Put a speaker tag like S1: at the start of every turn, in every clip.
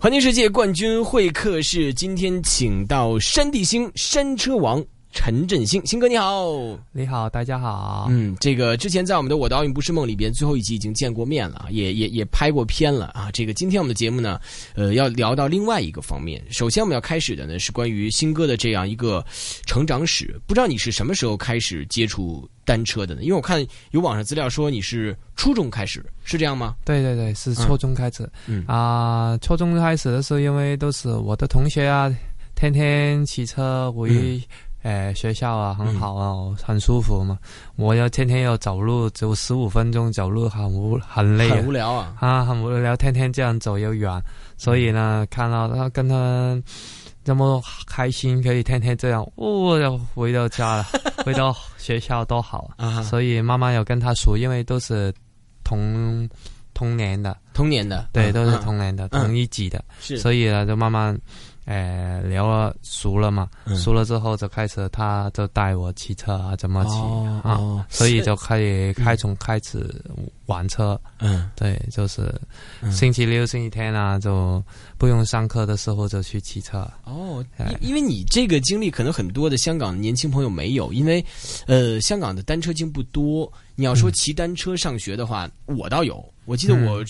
S1: 环境世界冠军会客室，今天请到山地星山车王陈振兴，星哥你好。
S2: 你好，大家好。
S1: 嗯，这个之前在我们的《我的奥运不是梦》里边最后一集已经见过面了，也也也拍过片了啊。这个今天我们的节目呢，呃，要聊到另外一个方面。首先我们要开始的呢是关于新哥的这样一个成长史，不知道你是什么时候开始接触单车的呢？因为我看有网上资料说你是初中开始，是这样吗？
S2: 对对对，是初中开始。
S1: 嗯
S2: 啊、初中开始的时候，因为都是我的同学啊，天天骑车回、
S1: 嗯
S2: 呃学校啊，很好啊，很舒服嘛。我要天天要走路，走十五分钟走路，很无很累啊
S1: 很无聊啊。
S2: 啊，很无聊，天天这样走又远，所以呢，看到他跟他这么开心，可以天天这样，哦，要回到家了，回到学校多好啊。
S1: 啊，
S2: 所以妈妈有跟他熟，因为都是同同年的，
S1: 童年的
S2: 对，
S1: 嗯
S2: 都是
S1: 嗯
S2: 同年的，
S1: 嗯
S2: 同一级的，
S1: 是
S2: 所以呢，就慢慢，呃，聊了熟了嘛，
S1: 嗯
S2: 熟了之后就开始，他就带我骑车啊，怎么骑、
S1: 哦
S2: 啊，
S1: 哦
S2: 所以就可以开从开始玩车，
S1: 嗯
S2: 对，就是
S1: 嗯
S2: 星期六、星期天啊，就不用上课的时候就去骑车，
S1: 哦，
S2: 哎
S1: 因因为你这个经历可能很多的香港的年轻朋友没有，因为呃，香港的单车径不多。你要说骑单车上学的话，我倒有。我记得
S2: 嗯
S1: 我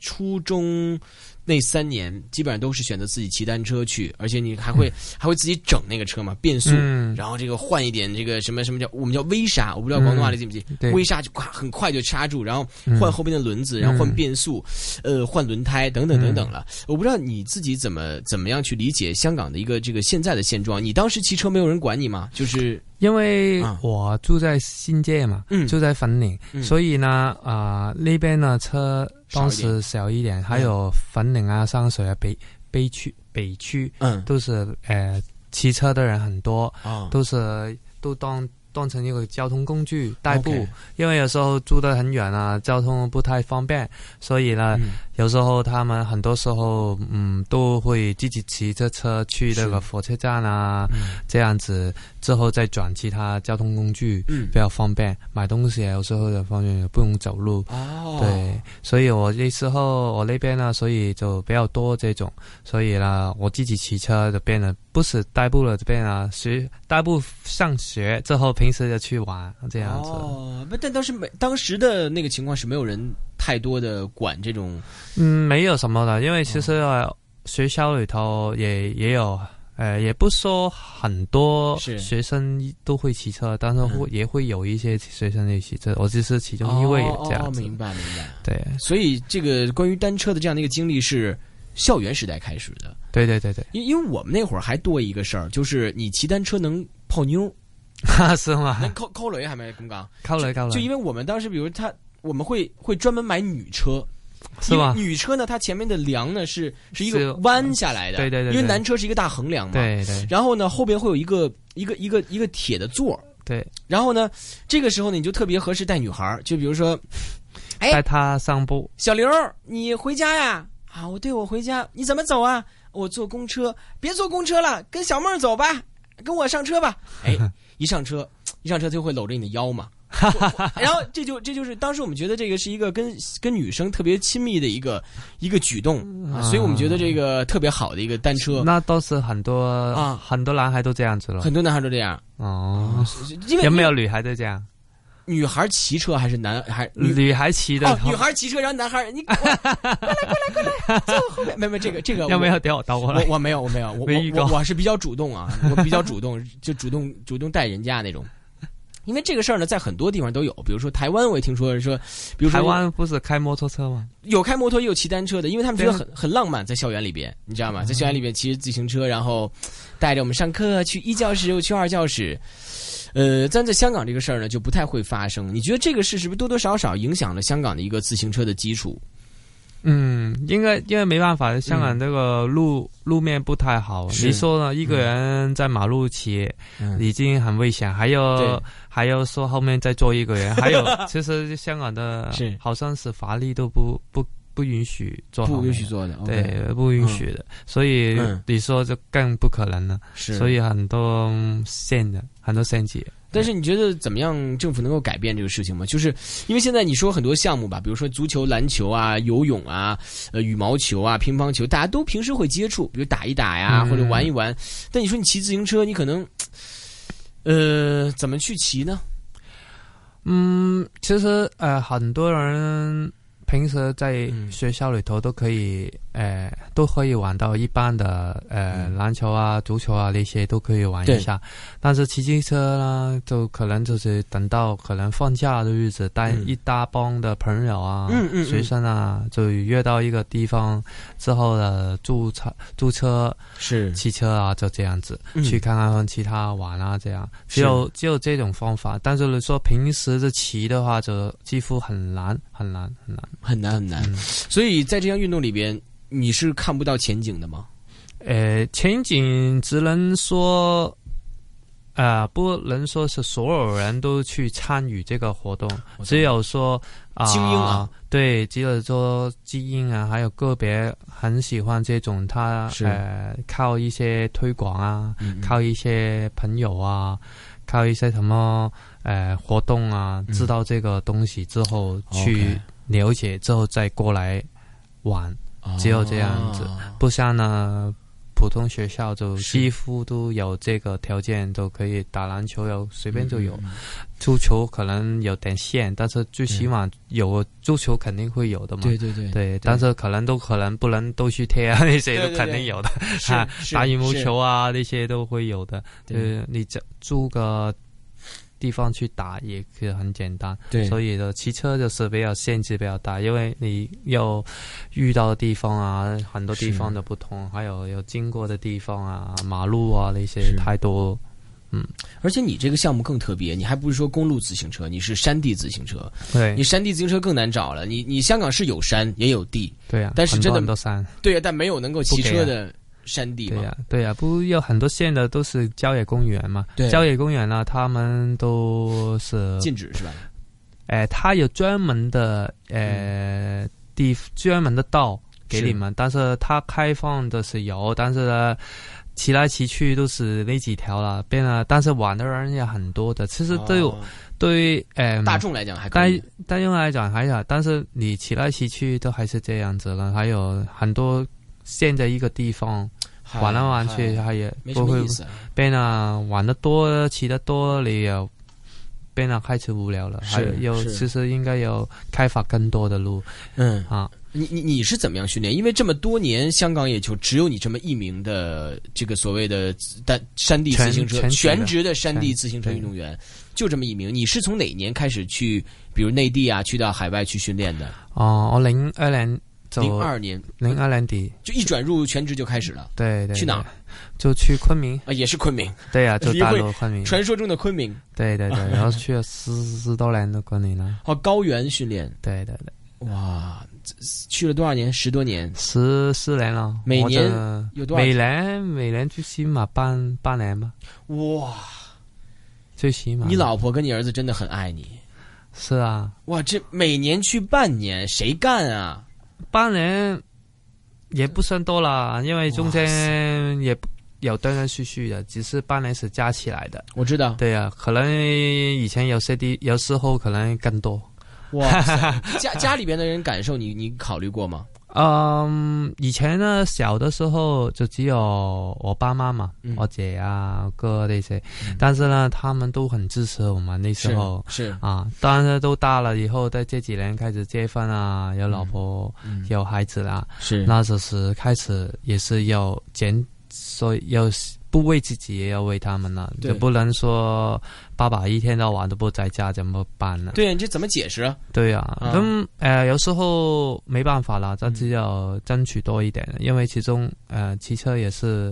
S1: 初中那三年，基本上都是选择自己骑单车去，而且你还会、还会自己整那个车嘛，变速，
S2: 嗯，
S1: 然后这个换一点这个什么什么叫我们叫微刹，我不知道广东话里记不记，
S2: 对，
S1: 微刹就咵很快就刹住，然后
S2: 嗯
S1: 换后边的轮子，然后换变速，呃，换轮胎等
S2: 嗯
S1: 等等等了。我不知道你自己怎么怎么样去理解香港的一个这个现在的现状。你当时骑车没有人管你吗？就是
S2: 因为
S1: 啊
S2: 我住在新界嘛，
S1: 嗯
S2: 住在粉岭，
S1: 嗯
S2: 所以呢，啊、那边呢车当时少一点，还有粉岭啊、山水啊、北北区、北区
S1: 嗯
S2: 都是呃骑车的人很多，
S1: 啊
S2: 都是都当当成一个交通工具代步
S1: OK
S2: 因为有时候住得很远啊，交通不太方便，所以呢，
S1: 嗯
S2: 有时候他们很多时候嗯都会自己骑着车去那
S1: 是
S2: 个火车站啊，
S1: 嗯
S2: 这样子之后再转其他交通工具
S1: 嗯
S2: 比较方便，买东西啊有时候也方便，也不用走路。
S1: 哦
S2: 对，所以我那时候我那边呢，所以就比较多这种，所以呢，我自己骑车就变得不是代步了，这边啊，学代步上学之后，平时就去玩这样子。
S1: 哦，不但当时没当时的那个情况是没有人太多的管这种
S2: 嗯，没有什么的，因为其实、呃学校里头也也有。呃，也不说很多
S1: 是
S2: 学生都会骑车，但是会、
S1: 嗯
S2: 也会有一些学生也骑车，我只是其中一位
S1: 哦
S2: 这样
S1: 哦
S2: 子。
S1: 明白明白。
S2: 对，
S1: 所以这个关于单车的这样的一个经历是校园时代开始的。
S2: 对对对对，
S1: 因因为我们那会儿还多一个事儿，就是你骑单车能泡妞，
S2: 是吗
S1: 能？抠抠雷还没咁讲，
S2: 靠了靠了
S1: 就，因为我们当时，比如他。我们会会专门买女车，
S2: 是吧
S1: 因？为女车呢，它前面的梁呢是是一
S2: 是
S1: 个弯下来的，
S2: 对对对对
S1: 因为男车是一个大横梁嘛，。
S2: 对对
S1: 然后呢，后边会有一个一个一个一个铁的座儿，
S2: 对，
S1: 然后呢，这个时候呢，你就特别合适带女孩儿，就比如说哎
S2: 带他散步，
S1: 小刘，你回家呀？啊，我对我回家，你怎么走啊？我坐公车，别坐公车了，跟小妹儿走吧，跟我上车吧。 哎，一上车，一上车就会搂着你的腰嘛。然后这就这就是当时我们觉得这个是一个跟跟女生特别亲密的一个一个举动、啊，所以我们觉得这个特别好的一个单车，
S2: 那倒是很多
S1: 啊
S2: 很多男孩都这样子了。
S1: 很多啊男孩都这样，
S2: 哦，
S1: 因为
S2: 有没有女孩都这样？
S1: 女孩骑车还是男还女
S2: 女孩骑的
S1: 哦，，女孩骑车，然后男孩你过来过来过来过来，坐后面，没有没有这个 这个
S2: 有没
S1: 我
S2: 有掉啊倒过来？
S1: 我我没有我没有我
S2: 没预
S1: 我
S2: 告
S1: 我我是比较主动啊，我比较主动，就主动主动带人家那种。因为这个事儿呢，在很多地方都有，比如说台湾，我也听说说，比如说
S2: 台湾不是开摩托车吗？
S1: 有开摩托也有骑单车的，因为他们觉得
S2: 对啊
S1: 很很浪漫，在校园里边，你知道吗？在校园里边骑着自行车，然后带着我们上课去一教室又去二教室，呃，但在香港这个事儿呢，就不太会发生。你觉得这个事是不是多多少少影响了香港的一个自行车的基础？
S2: 嗯，应该因为没办法，香港这个路、路面不太好。
S1: 嗯是
S2: 你说呢？一个人在马路骑、
S1: 嗯，
S2: 已经很危险，还
S1: 对
S2: 有还有说后面再坐一个人，还有其实香港的
S1: 是
S2: 好像是法律都不不不允许坐后面，
S1: 不允许做的，OK，
S2: 对，不允许的，所以
S1: 嗯
S2: 你说这更不可能了。
S1: 是，
S2: 所以很多嗯陷的，很多陷阱。
S1: 但是你觉得怎么样？政府能够改变这个事情吗？就是因为现在你说很多项目吧，比如说足球、篮球啊、游泳啊、呃羽毛球啊、乒乓球，大家都平时会接触，比如打一打呀，
S2: 嗯
S1: 或者玩一玩。但你说你骑自行车，你可能，呃，怎么去骑呢？
S2: 嗯，其实呃，很多人平时在
S1: 嗯
S2: 学校里头都可以，呃，都可以玩到一般的呃、
S1: 嗯
S2: 篮球啊、足球啊那些都可以玩
S1: 对
S2: 一下，但是骑自行车呢，就可能就是等到可能放假的日子，带
S1: 嗯
S2: 一大帮的朋友啊、
S1: 嗯嗯嗯
S2: 学生啊，就约到一个地方之后呢，租车、租车、
S1: 是
S2: 骑车啊，就这样子。
S1: 嗯
S2: 去看看其他玩啊，这样只有只有这种方法。但是你说平时的骑的话，就几乎很难很难很难。
S1: 很难很难。
S2: 嗯
S1: 所以在这项运动里边，你是看不到前景的吗？
S2: 呃，前景只能说，呃，不能说是所有人都去参与这个活动，
S1: 我懂
S2: 只有说啊，
S1: 精英啊
S2: 对，只有说精英啊，还有个别很喜欢这种他
S1: 是
S2: 呃靠一些推广啊，
S1: 嗯
S2: 靠一些朋友啊，靠一些什么呃活动啊，
S1: 嗯
S2: 知道这个东西之后
S1: OK
S2: 去了解之后再过来玩，
S1: 哦
S2: 只有这样子不像呢。普通学校就是几乎都有这个条件，都可以打篮球，有随便就有。
S1: 嗯嗯嗯
S2: 足球可能有点限，但是最起码有足球肯定会有的嘛。
S1: 嗯对对对，
S2: 对但是可能都可能不能都去贴啊，那些
S1: 对对
S2: 都肯定有的。
S1: 是
S2: 啊
S1: 是
S2: 打羽毛
S1: 是
S2: 球啊那些都会有的。
S1: 对
S2: 呃，你这租个地方去打也是很简单，
S1: 对，
S2: 所
S1: 以
S2: 以呢，骑车就是比较限制比较大，因为你要遇到的地方啊，很多地
S1: 是
S2: 方的不同，还有要经过的地方啊，马路啊那些
S1: 是
S2: 太多。
S1: 而且你这个项目更特别，你还不是说公路自行车，你是山地自行车，你
S2: 对
S1: 山地自行车更难找了。你你香港是有山也有地，
S2: 对啊，
S1: 但是
S2: 很
S1: 真的
S2: 多很多山，
S1: 对呀、但没有能够骑
S2: 不给
S1: 车
S2: 啊
S1: 的山地
S2: 对
S1: 嘛。
S2: 呀、对呀、啊不有很多县的都是郊野公园嘛
S1: 对，
S2: 郊野公园呢、他们都是
S1: 禁止是吧？
S2: 呃，它有专门的呃地专门的道
S1: 嗯
S2: 给
S1: 是
S2: 你们，但是它开放的是有，但是呢，骑来骑去都是那几条了，变了，但是玩的人也很多的。其实对、
S1: 哦
S2: 对于呃
S1: 大众来讲还可
S2: 单
S1: 以。
S2: 单用来讲还好，但是你骑来骑去都还是这样子了，还有很多。现在一个地方
S1: 嗨
S2: 玩来玩
S1: 嗨
S2: 去，它也
S1: 哎没什
S2: 不
S1: 么
S2: 会
S1: 意思啊。
S2: 变了，玩的多，骑的多，你也变了开始无聊了。
S1: 是
S2: 还有
S1: 是
S2: 其实应该有开发更多的路
S1: 嗯，
S2: 啊。
S1: 你你你是怎么样训练？因为这么多年，香港也就只有你这么一名的这个所谓的单山地自行车
S2: 全全
S1: 全
S2: 职的
S1: 职的山地自行车
S2: 对
S1: 运动员，就这么一名。你是从哪年开始去，比如内地啊，去到海外去训练的？
S2: 哦，我零二年走
S1: 零二年
S2: 零二年底，
S1: 就一转入全职就开始了
S2: 对对，
S1: 去哪儿
S2: 对？就去昆明，
S1: 啊，也是昆明，
S2: 对呀、就
S1: 你
S2: 大
S1: 会
S2: 陆昆明，
S1: 传说中的昆明，
S2: 对对对，然后去了十十多年的昆明了，
S1: 哦，高原训练，
S2: 对对对，
S1: 哇，这去了多少年？十多年，
S2: 十四年了，
S1: 每
S2: 啊我
S1: 年
S2: 的
S1: 有多少
S2: 每年每年最起码半半年吧，
S1: 哇！
S2: 最起码
S1: 你老婆跟你儿子真的很爱你，
S2: 是啊，
S1: 哇，这每年去半年，谁干啊？
S2: 半年也不算多了，因为中
S1: 哇
S2: 间也不有断断续续的，只是半年是加起来的。
S1: 我知道，
S2: 对呀、可能以前有些地有时候可能更多。
S1: 哇塞， 家家里边的人感受你，你考虑过吗？
S2: 嗯，以前呢，小的时候就只有我爸妈嘛，
S1: 嗯
S2: 我姐啊、我哥那些
S1: 嗯，
S2: 但是呢，他们都很支持我们那时候
S1: 是，
S2: 啊。当然都大了以后，在这几年开始结婚啊，有老婆、
S1: 嗯
S2: 有孩子啦，
S1: 是
S2: 那就是开始也是要减，所以要不为自己，也要为他们了，
S1: 对
S2: 就不能说爸爸一天到晚都不在家，怎么办呢？
S1: 对，你这怎么解释啊？
S2: 对呀，
S1: 啊嗯
S2: 咁、呃，有时候没办法啦，但只有争取多一点，因为其中呃，骑车也是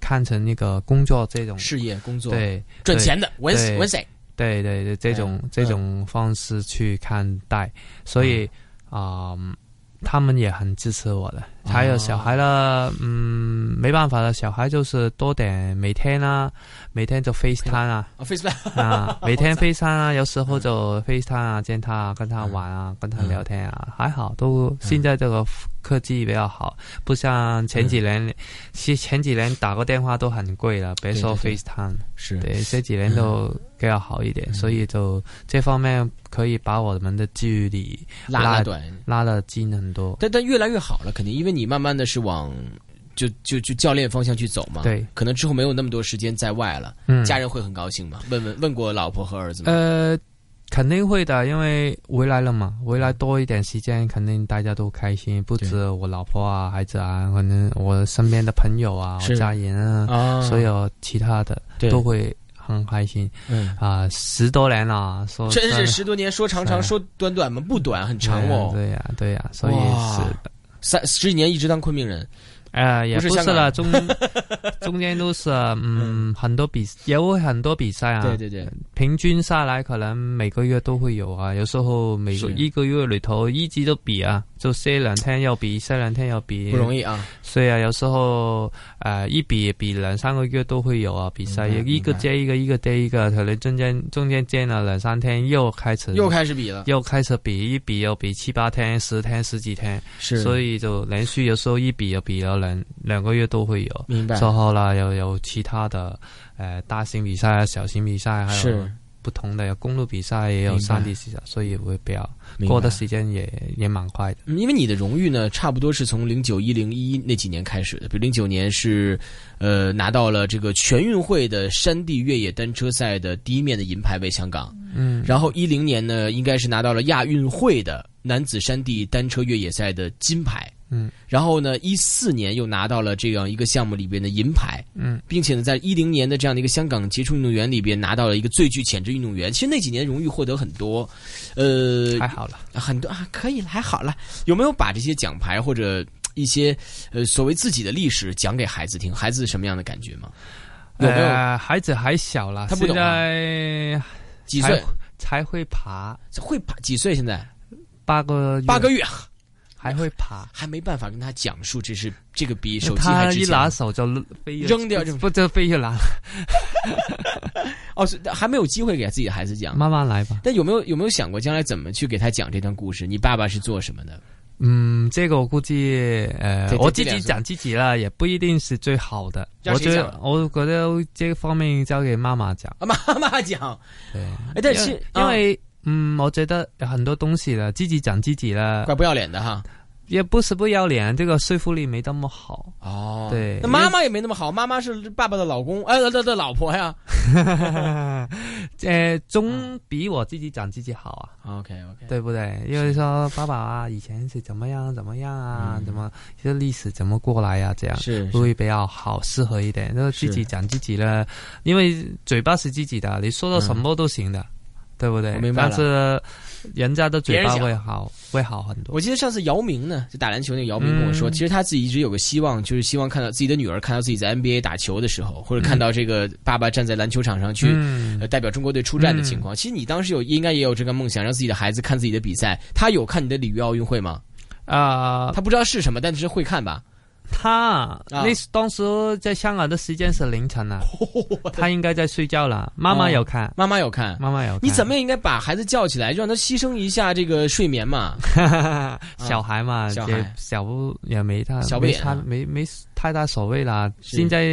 S2: 看成那个工作这种，
S1: 事业、工作、
S2: 嗯对
S1: 赚钱的，稳死
S2: 对
S1: 稳谁？
S2: 对对对，这种、
S1: 嗯
S2: 这种方式去看待，所以啊、嗯他们也很支持我的。还有
S1: 哦
S2: 小孩了，嗯，没办法了，小孩就是多点每天啊，每天就 FaceTime 啊，
S1: 啊，Facebook
S2: 啊，每天 FaceTime 啊，有时
S1: 嗯
S2: 候
S1: 嗯
S2: 就 FaceTime 啊，见他啊，跟他玩啊，跟他聊天啊，还好，都现在这个科技比较好，不像前几年，其实前几年打个电话都很贵了，别说
S1: 嗯对对
S2: FaceTime，
S1: 是
S2: 对这几年都
S1: 嗯
S2: 比较好一点，所以就这方面可以把我们的距离
S1: 拉
S2: 拉
S1: 拉短，
S2: 拉得近很多。
S1: 但但越来越好了，肯定，因为你慢慢的是往就就就教练方向去走嘛。，
S2: 对，
S1: 可能之后没有那么多时间在外了，
S2: 嗯，
S1: 家人会很高兴嘛？问问问过老婆和儿子吗？
S2: 呃，肯定会的，因为回来了嘛，回
S1: 嗯
S2: 来多一点时间，肯定大家都开心，不止我老婆啊、孩子啊，可能我身边的朋友啊、
S1: 是
S2: 我家人啊，
S1: 啊
S2: 所有其他的
S1: 对
S2: 都会很开心
S1: 嗯，
S2: 啊、十多年嗯了，说
S1: 真是十多年，说长长，
S2: 是
S1: 说短短嘛，不短，很长哦。
S2: 对呀、对呀、所以
S1: 哇
S2: 是的。
S1: 三十几年一直当昆明人，
S2: 呃，也
S1: 不是
S2: 不
S1: 香
S2: 是
S1: 港
S2: 了，中 中间都是嗯很多比有很多比赛啊，
S1: 对对对，
S2: 平均下来，可能每个月都会有啊，有时候每个
S1: 是
S2: 一个月里头一直都比啊，就这两天要比，这两天要比，
S1: 不容易啊。
S2: 所以啊，有时候呃一比比两三个月都会有啊比赛，
S1: 明白
S2: 一
S1: 明
S2: 个
S1: 白
S2: 接一个，一个接一个，可能中间中间间了两三天又开始
S1: 又开始比了，
S2: 又开始比一比又比七八天、十天、十几天，
S1: 是
S2: 所
S1: 以
S2: 以就连续有时候一比又比了两两个月都会有。
S1: 明白
S2: 之后啦，又有其他的，呃，大型比赛啊、小型比赛，还有
S1: 是
S2: 不同的有公路比赛，也有
S1: 明白
S2: 山地比赛，所以会比较
S1: 明白
S2: 过的时间也也蛮快的。
S1: 嗯因为你的荣誉呢，差不多是从零九一零一那几年开始的，比如零九年是，呃，拿到了这个全运会的山地越野单车赛的第一面的银牌为香港，
S2: 嗯，
S1: 然后一零年呢，应该是拿到了亚运会的男子山地单车越野赛的金牌，
S2: 嗯，
S1: 然后呢，一四年又拿到了这样一个项目里边的银牌，
S2: 嗯，
S1: 并且呢，在一零年的这样的一个香港杰出运动员里边拿到了一个最具潜质运动员，其实那几年荣誉获得很多，呃，
S2: 还好了。
S1: 很多啊，可以了，还好了。有没有把这些奖牌或者一些呃所谓自己的历史讲给孩子听？孩子什么样的感觉吗？有没有
S2: 呃孩子还小了，
S1: 他不懂
S2: 现
S1: 啊
S2: 在
S1: 几岁
S2: 才？才会爬
S1: 会爬几岁？现在
S2: 八个月
S1: 八个月，
S2: 还会爬。
S1: 还没办法跟他讲述，这是这个比手机还
S2: 他
S1: 值
S2: 一
S1: 钱
S2: 拿。手就飞了
S1: 扔掉就
S2: 不就飞就 拿了，
S1: 哦，是还没有机会给自己的孩子讲。
S2: 慢慢来吧。
S1: 但有没有有没有想过将来怎么去给他讲这段故事？你爸爸是做什么的？
S2: 嗯，这个我估计，呃
S1: 对，
S2: 我
S1: 这这
S2: 自
S1: 两
S2: 己
S1: 种
S2: 讲自己啦，也不一定是最好的。
S1: 让
S2: 我
S1: 谁
S2: 觉
S1: 讲
S2: 得，我觉得这方面交给妈妈讲。
S1: 啊，妈妈讲。
S2: 对，
S1: 哎，但
S2: 因
S1: 是
S2: 为因为、嗯，我觉得很多东西了，自己讲自己
S1: 啊
S2: 了，
S1: 怪不要脸的哈。
S2: 也不是不要脸，这个说服力没那么好。
S1: 哦
S2: 对
S1: 那妈妈也没那么好，妈妈是爸爸的老公，哎，的的老婆呀。
S2: 呃，总比我自己讲自己好啊，
S1: OK OK，
S2: 对不对？因为说爸爸啊，以前是怎么样怎么样啊，
S1: 嗯
S2: 怎么这历史怎么过来啊，这样。
S1: 是是
S2: 会比较好，适合一点。那
S1: 是
S2: 自己讲自己呢，因为嘴巴是自己的，你说到什么都行的，对不对
S1: 嗯我？明白了
S2: 但是人家的嘴巴
S1: 别
S2: 会好，会好很多。
S1: 我记得上次姚明呢，就打篮球那个姚明跟我说，
S2: 嗯
S1: 其实他自己一直有个希望，就是希望看到自己的女儿看到自己在 NBA 打球的时候，或者看到这个爸爸站在篮球场上去、
S2: 嗯
S1: 呃、代表中国队出战的情况。其实你当时有应该也有这个梦想，让自己的孩子看自己的比赛。他有看你的里约奥运会吗？
S2: 啊，
S1: 他不知道是什么，但是会看吧。啊
S2: 他那时当时在香港的时间是 凌晨啊，
S1: 哦
S2: 他应该在睡觉了。妈妈有看，
S1: 妈妈有看。
S2: 妈妈有看。
S1: 哦你怎么也应该把孩子叫起来，让他牺牲一下这个睡眠嘛。
S2: 小孩嘛，
S1: 啊小孩
S2: 也小不也没他
S1: 小不
S2: 没
S1: 点
S2: 他
S1: 啊
S2: 没没太大所谓啦。
S1: 是
S2: 现在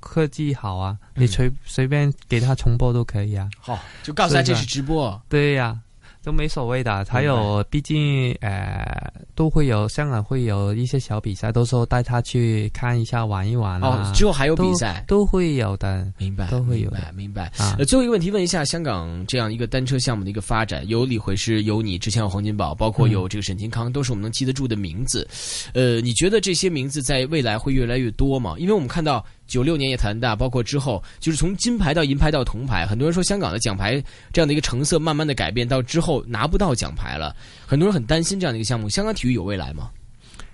S2: 科技好啊，
S1: 嗯
S2: 你随随便给他重播都可以啊。
S1: 好，就告诉他
S2: 是
S1: 这
S2: 的
S1: 是直播。
S2: 对呀、都没所谓的。还有，毕竟呃，都会有香港会有一些小比赛，到时候带他去看一下，玩一玩啊，
S1: 哦，之后还有比赛。
S2: 都会有的
S1: 明白，
S2: 都会
S1: 明
S2: 有的
S1: 白，明白。
S2: 啊
S1: 呃，。最后一个问题，问一下香港这样一个单车项目的一个发展，有李回师，有你之前有黄金宝，包括
S2: 嗯
S1: 有这个沈金康，都是我们能记得住的名字。呃，你觉得这些名字在未来会越来越多吗？因为我们看到九六年也谈大，包括之后就是从金牌到银牌到铜牌，很多人说香港的奖牌这样的一个成色慢慢的改变，到之后拿不到奖牌了，很多人很担心这样的一个项目。香港体育有未来吗？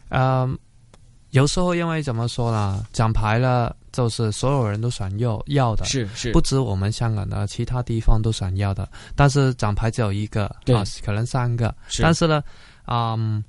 S2: 呃，有时候因为怎么说呢，奖牌呢，就是所有人都想要要的，
S1: 是是
S2: 不，止我们香港的，其他地方都想要的。但是奖牌只有一个，
S1: 对
S2: 啊，可能三个。
S1: 是
S2: 但是呢，嗯，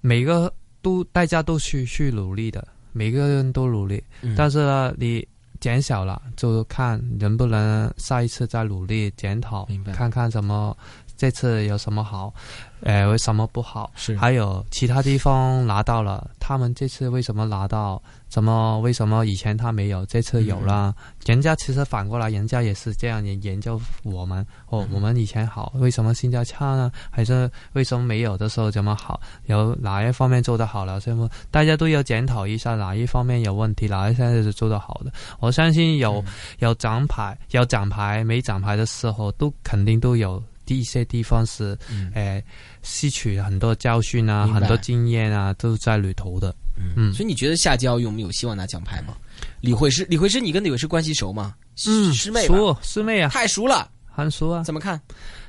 S2: 每个都大家都去去努力的，每个人都努力。
S1: 嗯
S2: 但是呢，你减少了，就看能不能下一次再努力检讨
S1: 明白，
S2: 看看怎么这次有什么好，呃，为什么不好？
S1: 是
S2: 还有其他地方拿到了，他们这次为什么拿到？怎么为什么以前他没有，这次有了？人家其实反过来，人家也是这样研研究我们哦，我们以前好，为什么现在差呢？还是为什么没有的时候怎么好？有哪一方面做得好了？什么大家都要检讨一下哪一方面有问题，哪一方面是做得好的。我相
S1: 嗯
S2: 信有、有奖牌，有奖牌没奖牌的时候，都肯定都有。一些地方是，
S1: 嗯
S2: 诶、呃吸取很多教训啊，
S1: 明白
S2: 很多经验啊，都在里头的。
S1: 嗯，所以你觉得夏季奥运我们有希望拿奖牌吗？李慧诗，李慧诗，你跟李慧诗关系熟吗？师嗯师妹吧，
S2: 嗯熟师妹啊，
S1: 太熟了，
S2: 很熟啊。
S1: 怎么看？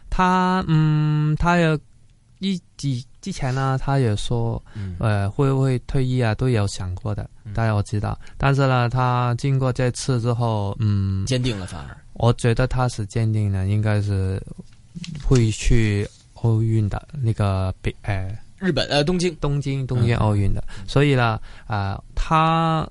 S2: 他嗯，他有一几之前呢，他也说，
S1: 嗯
S2: 呃，会不会退役啊，都有想过的。当然我知道，但是呢，他经过这次之后，嗯，
S1: 坚定了，反而
S2: 我觉得他是坚定的，应该是会去奥运的那个比，呃，
S1: 日本呃东京，
S2: 东京东京奥运的，
S1: 嗯
S2: 所以呢，啊、他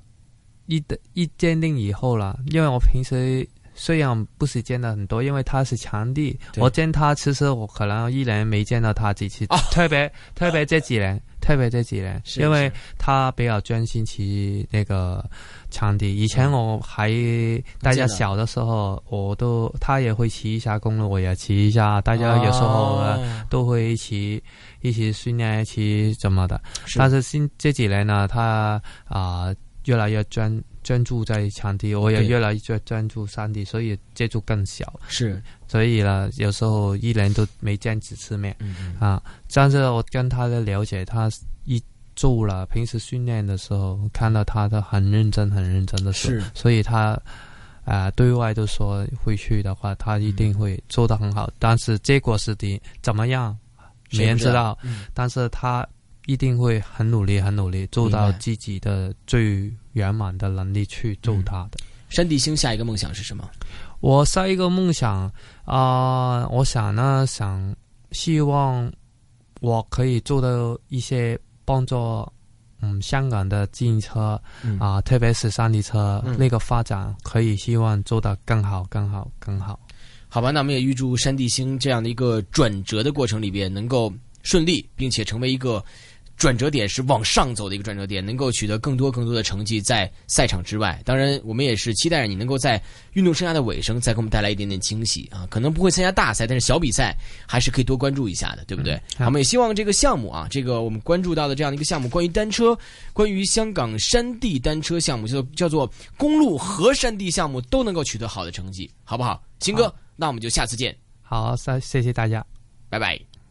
S2: 一的一鉴定以后了，因为我平时虽然不是见的很多，因为他是强地，
S1: 对
S2: 我见他其实我可能一年没见到他几次，
S1: 哦
S2: 特别特别这几年， 特别这几年，
S1: 是
S2: 因为他比较专心骑那个场地。以
S1: 嗯
S2: 前我还大家小的时候，我都他也会骑一下公路，我也骑一下，大家有时候啊呢。
S1: 哦
S2: 都会一起一起训练，一起怎么的。
S1: 是
S2: 但是近这几年呢，他啊、越来越专专注在场地，我也
S1: 对
S2: 越来越专注山地，所以接触更小。
S1: 是，
S2: 所以呢，有时候一年都没见几次面
S1: 嗯嗯
S2: 啊。但是我跟他的了解，他一做了平时训练的时候，看到他的很认真、很认真的时候，
S1: 是
S2: 所以他。啊、对外都说会去的话，他一定会做得很好。但是结果是的，怎么样，没人知道，
S1: 嗯
S2: 但是他一定会很努力、很努力，做到
S1: 明白
S2: 自己的最圆满的能力去做他的。
S1: 山地星下一个梦想是什么？
S2: 嗯我下一个梦想啊、我想呢，想希望我可以做到一些帮助。嗯，香港的自行车
S1: 嗯
S2: 啊、特别是山地车、
S1: 嗯
S2: 那个发展，可以希望做得更好、更好、更好。
S1: 好吧，那我们也预祝山地星这样的一个转折的过程里边能够顺利，并且成为一个转折点，是往上走的一个转折点，能够取得更多更多的成绩在赛场之外。当然，我们也是期待着你能够在运动生涯的尾声再给我们带来一点点惊喜啊！可能不会参加大赛，但是小比赛还是可以多关注一下的，对嗯不对？
S2: 好
S1: 我们也希望这个项目啊，这个我们关注到的这样的一个项目，关于单车，关于香港山地单车项目，叫做叫做公路和山地项目都能够取得好的成绩，好不好？秦哥
S2: 好，
S1: 那我们就下次见，
S2: 好，谢谢谢大家。
S1: 拜拜。